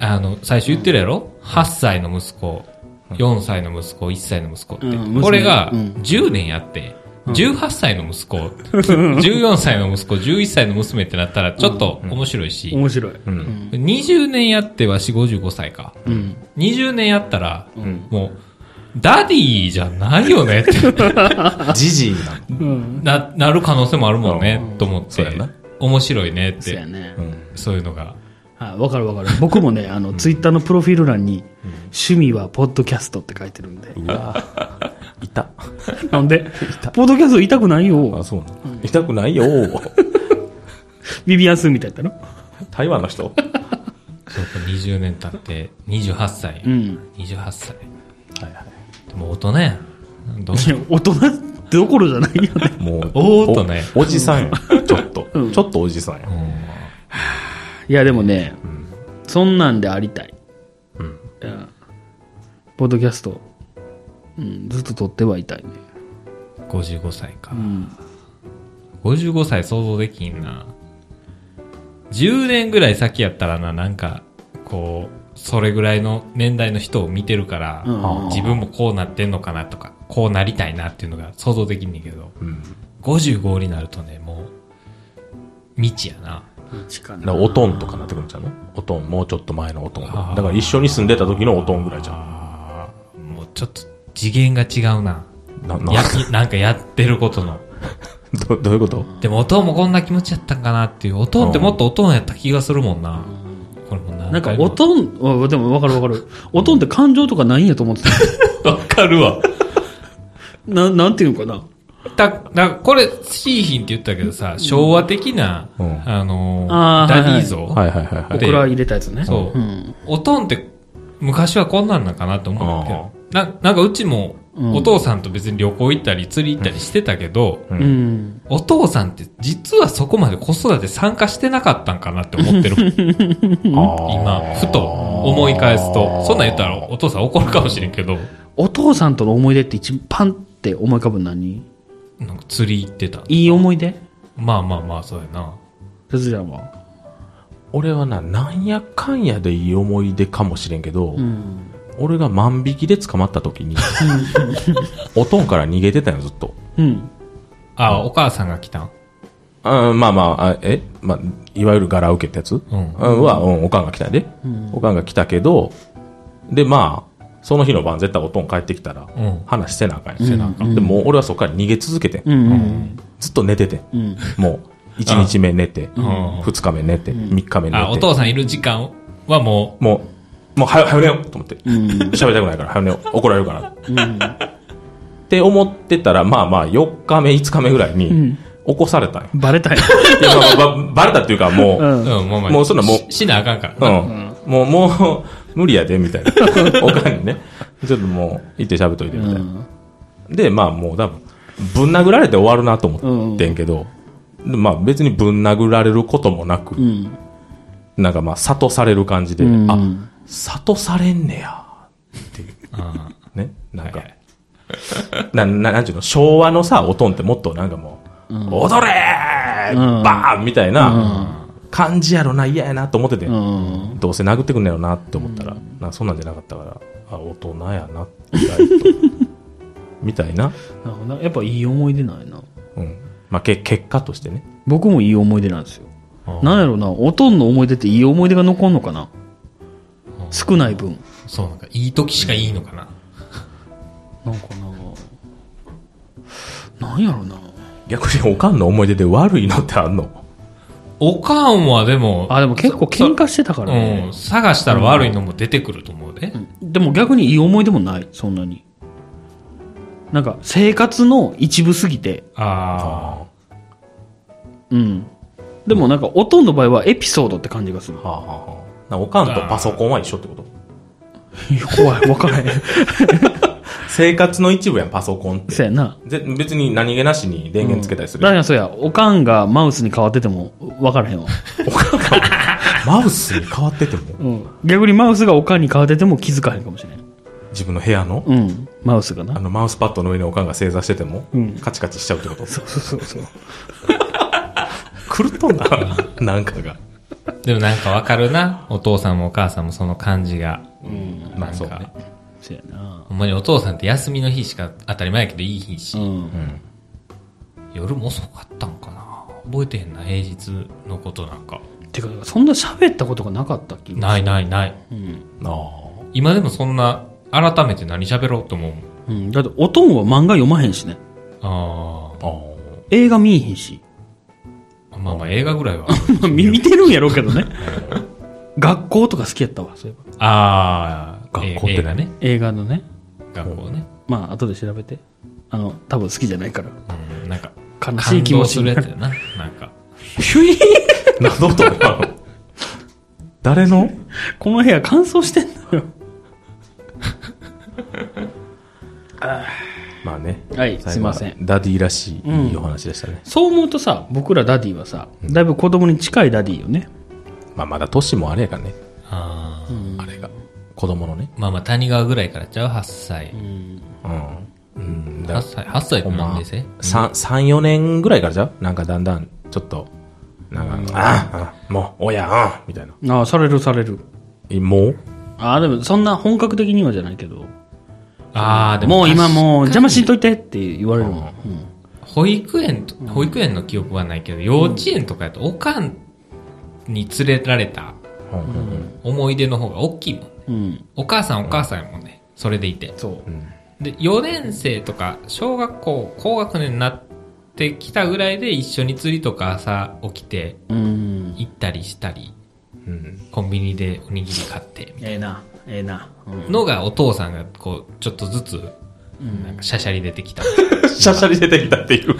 Speaker 3: あの、最初言ってるやろ、?8 歳の息子、4歳の息子、1歳の息子って。
Speaker 2: うん娘
Speaker 3: これが
Speaker 2: うん
Speaker 3: 10年やって、18歳の息子、14歳の息子、11歳の娘ってなったらちょっと面白いし、
Speaker 2: 面白い。うん
Speaker 3: 20年やってわし55歳か。
Speaker 2: ん。
Speaker 3: 20年やったら、もう、ダディじゃないよねって
Speaker 1: ジジイなの。
Speaker 2: うん。
Speaker 3: な、なる可能性もあるもんね、と思っ
Speaker 1: そう
Speaker 3: て
Speaker 1: やな。
Speaker 3: 面白いねっ
Speaker 2: そうや
Speaker 3: て、
Speaker 2: ね。
Speaker 3: そういうのが。
Speaker 2: はい、わかるわかる。僕もね、あの、ツイッターのプロフィール欄に、趣味はポッドキャストって書いてるんで。
Speaker 1: うわいた。
Speaker 2: なんで、ポッドキャスト痛くない
Speaker 1: あ、
Speaker 2: よ。
Speaker 1: そうなの。痛くないよ。
Speaker 2: ビビアンスみたいだな。
Speaker 1: 台湾の人
Speaker 3: そうか、20年経って、28歳。
Speaker 2: うん。
Speaker 3: 28歳。
Speaker 1: はいはい。
Speaker 3: でも大人やん。どう
Speaker 2: いや大人どころじゃないよね。
Speaker 1: もう、
Speaker 3: おーっとね
Speaker 1: おおじさんや。ちょっと。ちょっとおじさんや。
Speaker 2: いや、でもね、そんなんでありたい。うん。ポッドキャスト、うん、ずっと撮ってはいたいね。
Speaker 3: 55歳か。
Speaker 2: ん
Speaker 3: 55歳想像できんな。10年ぐらい先やったらな、なんか、こう、それぐらいの年代の人を見てるから、
Speaker 2: うん
Speaker 3: 自分もこうなってんのかなとか、こうなりたいなっていうのが想像できんねんけど、
Speaker 1: うん。
Speaker 3: 55になるとね、もう、未知やな。
Speaker 2: 近
Speaker 1: だからおとんとかなってくるんちゃうのおとん、もうちょっと前のおとん。
Speaker 3: あー
Speaker 1: だから一緒に住んでた時のおとんぐらいじゃん。
Speaker 3: あーもうちょっと次元が違うな。
Speaker 1: な、な
Speaker 3: や、なんかやってることの。
Speaker 1: どどういうこと
Speaker 3: でも、おとんもこんな気持ちやったんかなっていう。おとんってもっとおとんやった気がするもんな。これもな。
Speaker 2: なんか、おとん、あでもわかるわかる。おとんって感情とかないんやと思 ってた。
Speaker 3: ん。わかるわ。
Speaker 2: な、なんていうのかな。
Speaker 3: だ、だこれ、シーヒンって言ったけどさ、昭和的な、
Speaker 1: うん
Speaker 3: あのー
Speaker 2: あー
Speaker 3: ダディ像、
Speaker 1: はいはいはいは
Speaker 2: オ
Speaker 1: い。
Speaker 3: で
Speaker 2: クラ入れたやつね。
Speaker 3: そう、
Speaker 2: ん
Speaker 3: おとんって、昔はこんなんなんかなと思うけど。な、なんかうちも、お父さんと別に旅行行ったり、釣り行ったりしてたけど、
Speaker 1: うん
Speaker 2: うん。
Speaker 3: お父さんって実はそこまで子育て参加してなかったんかなって思ってるもん。 今
Speaker 1: 今、
Speaker 3: ふと思い返すと、そんなん言ったらお父さん怒るかもしれんけど、
Speaker 2: お父さんとの思い出って一番パンって思い浮かぶの何
Speaker 3: なんか釣り行ってた。
Speaker 2: いい思い出
Speaker 3: まあまあまあ、そうやな。
Speaker 2: 哲ちゃんは。
Speaker 1: 俺はな、なんやかんやでいい思い出かもしれんけど、
Speaker 2: うん。
Speaker 1: 俺が万引きで捕まった時に、 おとんから逃げてたよ、ずっと。
Speaker 2: うん。
Speaker 3: あ、お母さんが来たん
Speaker 1: あまあまあ、あえ、まあ、いわゆる柄受けってやつ、
Speaker 3: うん
Speaker 1: うん、は、うん、おかんが来たんやで、おかんが来たけど、で、まあ、その日の晩絶対おとん帰ってきたら、
Speaker 3: うん
Speaker 1: 話してなあかんや、せなあかん。でも、俺はそこから逃げ続けてん。
Speaker 2: うん。
Speaker 1: ずっと寝ててん。
Speaker 2: うん。
Speaker 1: もう、1日目寝て、
Speaker 3: ん
Speaker 1: 2日目寝て、3日目寝て。
Speaker 3: あ、お父さんいる時間はも
Speaker 1: もう、もう、はよ、はよ寝ようと思って。喋、りたくないから、はよ寝よう。怒られるから。って思ってたら、まあまあ、4日目、5日目ぐらいに、起こされたんよ。
Speaker 2: バ レたよ。
Speaker 1: いや、まあまあば、バレたっていうか、もう、
Speaker 3: う、うん、もう、
Speaker 1: もうそんなもう
Speaker 3: ししなあかんから
Speaker 1: う
Speaker 3: な。
Speaker 1: ん。もう、もう、無理やで、みたいな。おかんにね。ちょっともう、行って喋っといて、みたいな。で、まあもう多分、ぶん殴られて終わるなと思ってんけど、でまあ別にぶん殴られることもなく、
Speaker 2: うん。
Speaker 1: なんかまあ、諭される感じで、
Speaker 2: うん
Speaker 1: あ、諭されんねや、っていう。
Speaker 3: うん
Speaker 1: ね。なんか
Speaker 3: はい、
Speaker 1: な、な、なんちゅうの、昭和のさ、おとんってもっとなんかもう、踊れー、
Speaker 2: うん
Speaker 1: バーンみたいな感じやろな、嫌やなと思ってて、
Speaker 2: うん。
Speaker 1: どうせ殴ってくんねやろなって思ったら、なんかそんなんじゃなかったから、あ、大人やな、意外とみたいな。
Speaker 2: なるほどなやっぱいい思い出ないな。
Speaker 1: うん。まあ、け、結果としてね。
Speaker 2: 僕もいい思い出なんですよ
Speaker 3: あ。
Speaker 2: なんやろな、おとんの思い出っていい思い出が残んのかな少ない分。
Speaker 3: そう、なんか、いい時しかいいのかな。
Speaker 2: なんかな、なんやろな。
Speaker 1: 逆におかんの思い出で悪いのってあんの
Speaker 3: おかんはでも、
Speaker 2: あ、でも結構喧嘩してたから
Speaker 3: う
Speaker 2: ね
Speaker 3: ん、。探したら悪いのも出てくると思うで。
Speaker 2: でも逆にいい思い出もない、そんなに。なんか生活の一部すぎて、
Speaker 3: ああ。
Speaker 2: うん。でもなんか、おとんの場合はエピソードって感じがする。
Speaker 1: はあはあはあ。なおかんとパソコンは一緒ってこと
Speaker 2: 怖い、わからへん。
Speaker 1: 生活の一部やん、パソコンって。
Speaker 2: そうやな。
Speaker 1: ぜ別に何気なしに電源つけたりする
Speaker 2: だ
Speaker 1: や
Speaker 2: か
Speaker 1: ん。
Speaker 2: らそうや、おかんがマウスに変わっててもわからへんわ。
Speaker 1: マウスに変わってても、
Speaker 2: うん。逆にマウスがおかんに変わってても気づかへんかもしれん。
Speaker 1: 自分の部屋の、
Speaker 2: うん。マウスが
Speaker 1: あ
Speaker 2: な。
Speaker 1: の、マウスパッドの上におかんが正座してても、
Speaker 2: うん
Speaker 1: カチカチしちゃうってこと
Speaker 2: そうそうそうそう。
Speaker 1: 狂っとんな、なんかが。
Speaker 3: でもなんかわかるな。お父さんもお母さんもその感じが。
Speaker 1: ま
Speaker 3: な
Speaker 1: あ
Speaker 3: ん
Speaker 1: そう
Speaker 3: か
Speaker 1: ね。。
Speaker 2: そうやな。
Speaker 3: ほんまにお父さんって休みの日しか当たり前やけどいい日し、
Speaker 2: うん。
Speaker 3: 夜も遅かったんかな覚えてへんな平日のことなんか
Speaker 2: てか、そんな喋ったことがなかったっけ
Speaker 3: ないないない
Speaker 2: うん。
Speaker 1: ああ。
Speaker 3: 今でもそんな改めて何喋ろうと思うもん
Speaker 2: うん。だって、おとんは漫画読まへんしね。
Speaker 3: あ
Speaker 1: あ
Speaker 2: 映画見えへんし。
Speaker 3: あまあまあ映画ぐら いは
Speaker 2: まあ、見 見てるんやろうけどね。 学校とか好きやったわ、そういえば。
Speaker 3: ああ
Speaker 1: 学校って
Speaker 3: 映画ね
Speaker 2: 映画のね。
Speaker 3: 学校ね、
Speaker 2: まあ、後で調べて。あの、多分好きじゃないから。
Speaker 3: うん、なんか
Speaker 2: 悲しい気持ち
Speaker 3: 感動す
Speaker 2: に
Speaker 3: る
Speaker 2: な
Speaker 3: や
Speaker 2: る
Speaker 3: つやななんか
Speaker 1: あ。な、どうと誰の
Speaker 2: この部屋乾燥してんのよ。
Speaker 1: まあね。
Speaker 2: はい
Speaker 1: 最後
Speaker 2: すいません。
Speaker 1: ダディらしい、いいお話でしたね。
Speaker 2: そう思うとさ、僕らダディはさ、だいぶ子供に近いダディよね。
Speaker 1: まあまだ年もあれやからね。
Speaker 3: あー、
Speaker 1: あれが。子供のね。
Speaker 3: まあまあ谷川ぐらいからちゃう8歳、
Speaker 1: うん。うん。だ
Speaker 3: 8歳8歳って何年生
Speaker 1: 三三4年ぐらいからじゃうなんかだんだん、ちょっと、なんか、ああ、もう、親、ああ、みたいな。
Speaker 2: ああ、されるされる。
Speaker 1: えもう
Speaker 2: ああ、でもそんな本格的にはじゃないけど。
Speaker 3: ああでも
Speaker 2: もう今
Speaker 3: 確か
Speaker 2: もう邪魔しんといてって言われるもん。
Speaker 3: 保育園と保育園の記憶はないけど幼稚園とかやとおかんに連れられた
Speaker 1: うんうんうん
Speaker 3: 思い出の方が大きいもん
Speaker 2: うん。うん。
Speaker 3: お母さんお母さんやもんね。それでいて。
Speaker 2: そうう。
Speaker 1: ん
Speaker 3: で、4年生とか、小学校、高学年になってきたぐらいで一緒に釣りとか朝起きて
Speaker 2: うん。
Speaker 3: 行ったりしたり、
Speaker 1: うん。
Speaker 3: コンビニでおにぎり買って、
Speaker 2: ええな、ええな。うん
Speaker 3: のがお父さんがこう、ちょっとずつ、なんかシャシャリ出てきた。
Speaker 1: シャシャリ出てきたっていう。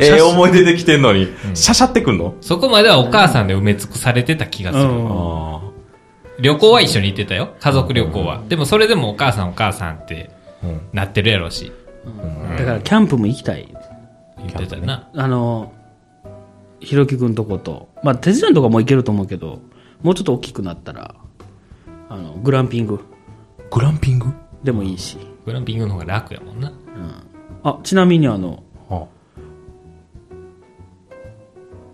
Speaker 1: ええ思い出できてんのに、シャシャってくんの
Speaker 3: そこまではお母さんで埋め尽くされてた気がする。
Speaker 2: うん
Speaker 1: あ
Speaker 3: 旅行は一緒に行ってたよ。家族旅行は。でもそれでもお母さんお母さんって
Speaker 1: あ。うん。
Speaker 3: なってるやろうし、
Speaker 2: だからキャンプも行きたい。
Speaker 3: 言ってたよな。
Speaker 2: あの、ひろきくんとこと、まあ、手伝いとかも行けると思うけど、もうちょっと大きくなったら、あの、グランピング
Speaker 1: グランピング
Speaker 2: でもいいし。
Speaker 3: グランピングの方が楽やもんな。
Speaker 2: あ、ちなみにあの、
Speaker 1: あ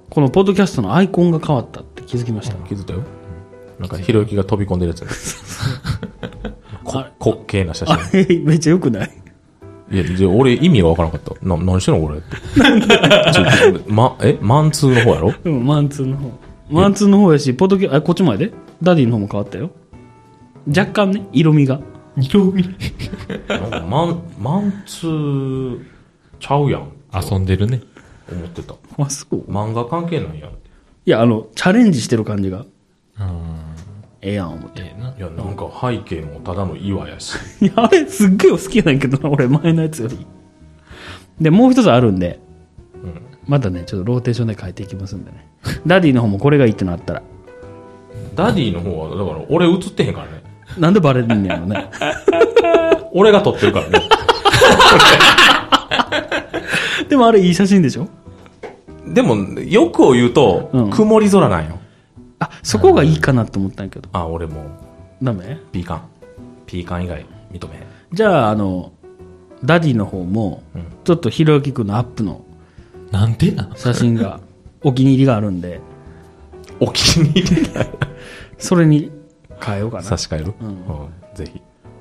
Speaker 2: このポッドキャストのアイコンが変わったって気づきました。
Speaker 1: 気づいたよ。なんか、ひろゆきが飛び込んでるやつや。 こ滑稽な写真
Speaker 2: あ。れ、めっちゃ良くない
Speaker 1: いや、じゃあ俺意味がわからなかった。な、何してんのこれ って。ちょま、えマンツーの方やろ
Speaker 2: うん、マンツーの方。マンツーの方やし、ポッドキャあ、こっちもやで。ダディの方も変わったよ。若干ね、色味が。
Speaker 3: 色味。
Speaker 1: なんかマン、マンツーちゃうやん。
Speaker 3: 遊んでるね。
Speaker 1: 思ってた。
Speaker 2: あ、そう。
Speaker 1: 漫画関係ないやんって。。
Speaker 2: いや、あの、チャレンジしてる感じが、
Speaker 3: うん。
Speaker 2: ええやん、思って。
Speaker 3: ええない
Speaker 1: や、なんか背景もただの岩やし。
Speaker 2: いや、あれ、すっげえ好きやねんけどな、俺、前のやつより。で、もう一つあるんで、またね、ちょっとローテーションで変えていきますんでね。ダディの方もこれがいいってなったら、
Speaker 1: ダディの方は、だから俺映ってへんからね。
Speaker 2: なんでバレるんねやろ ね。
Speaker 1: 俺が撮ってるからね。
Speaker 2: でもあれ、いい写真でしょ
Speaker 1: でも、欲を言うと、
Speaker 2: うん
Speaker 1: 曇り空なんよ。
Speaker 2: あ、そこがいいかなと思ったんやけど。
Speaker 1: あ、俺もう、
Speaker 2: ダメ
Speaker 1: ピーカン。ピーカン以外認めへん。
Speaker 2: じゃあ、あの、ダディの方も、ちょっとひろゆきくんのアップの
Speaker 3: なんでな
Speaker 2: 写真 が、お気に入りがあるんで、
Speaker 1: お気に入りだ
Speaker 2: それに変えようかな
Speaker 1: 差。し替える、うんぜひ。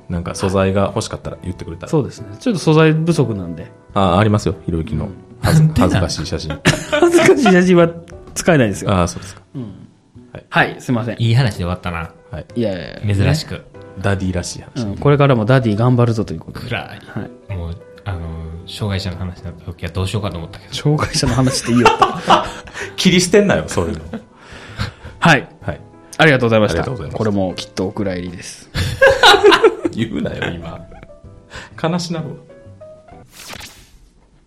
Speaker 1: なんか素材が欲しかったら言ってくれたら。
Speaker 2: そうですね。ちょっと素材不足なんで。
Speaker 1: あ、ありますよ。ひろゆきの恥ず恥ずかしい写真。
Speaker 2: 恥ずかしい写真は使えないですよ。
Speaker 1: あそうですか。
Speaker 2: はい、すいません。
Speaker 3: いい話で終わったな。
Speaker 1: はい。
Speaker 2: いやいやいや
Speaker 3: 珍しく。
Speaker 1: ダディらしい話。
Speaker 2: うん、これからもダディ頑張るぞということで。
Speaker 3: 暗い。
Speaker 2: はい。
Speaker 3: もう、あの、障害者の話になった時はどうしようかと思ったけど。
Speaker 2: 障害者の話っていいよと。
Speaker 1: 切り捨てんなよ、そういうの。
Speaker 2: はい。
Speaker 1: はい。
Speaker 2: ありがとうございまし
Speaker 1: あり
Speaker 2: た。
Speaker 1: がとうございます
Speaker 2: これもきっとお蔵入りです。
Speaker 1: 言うなよ、今。悲しなるわ。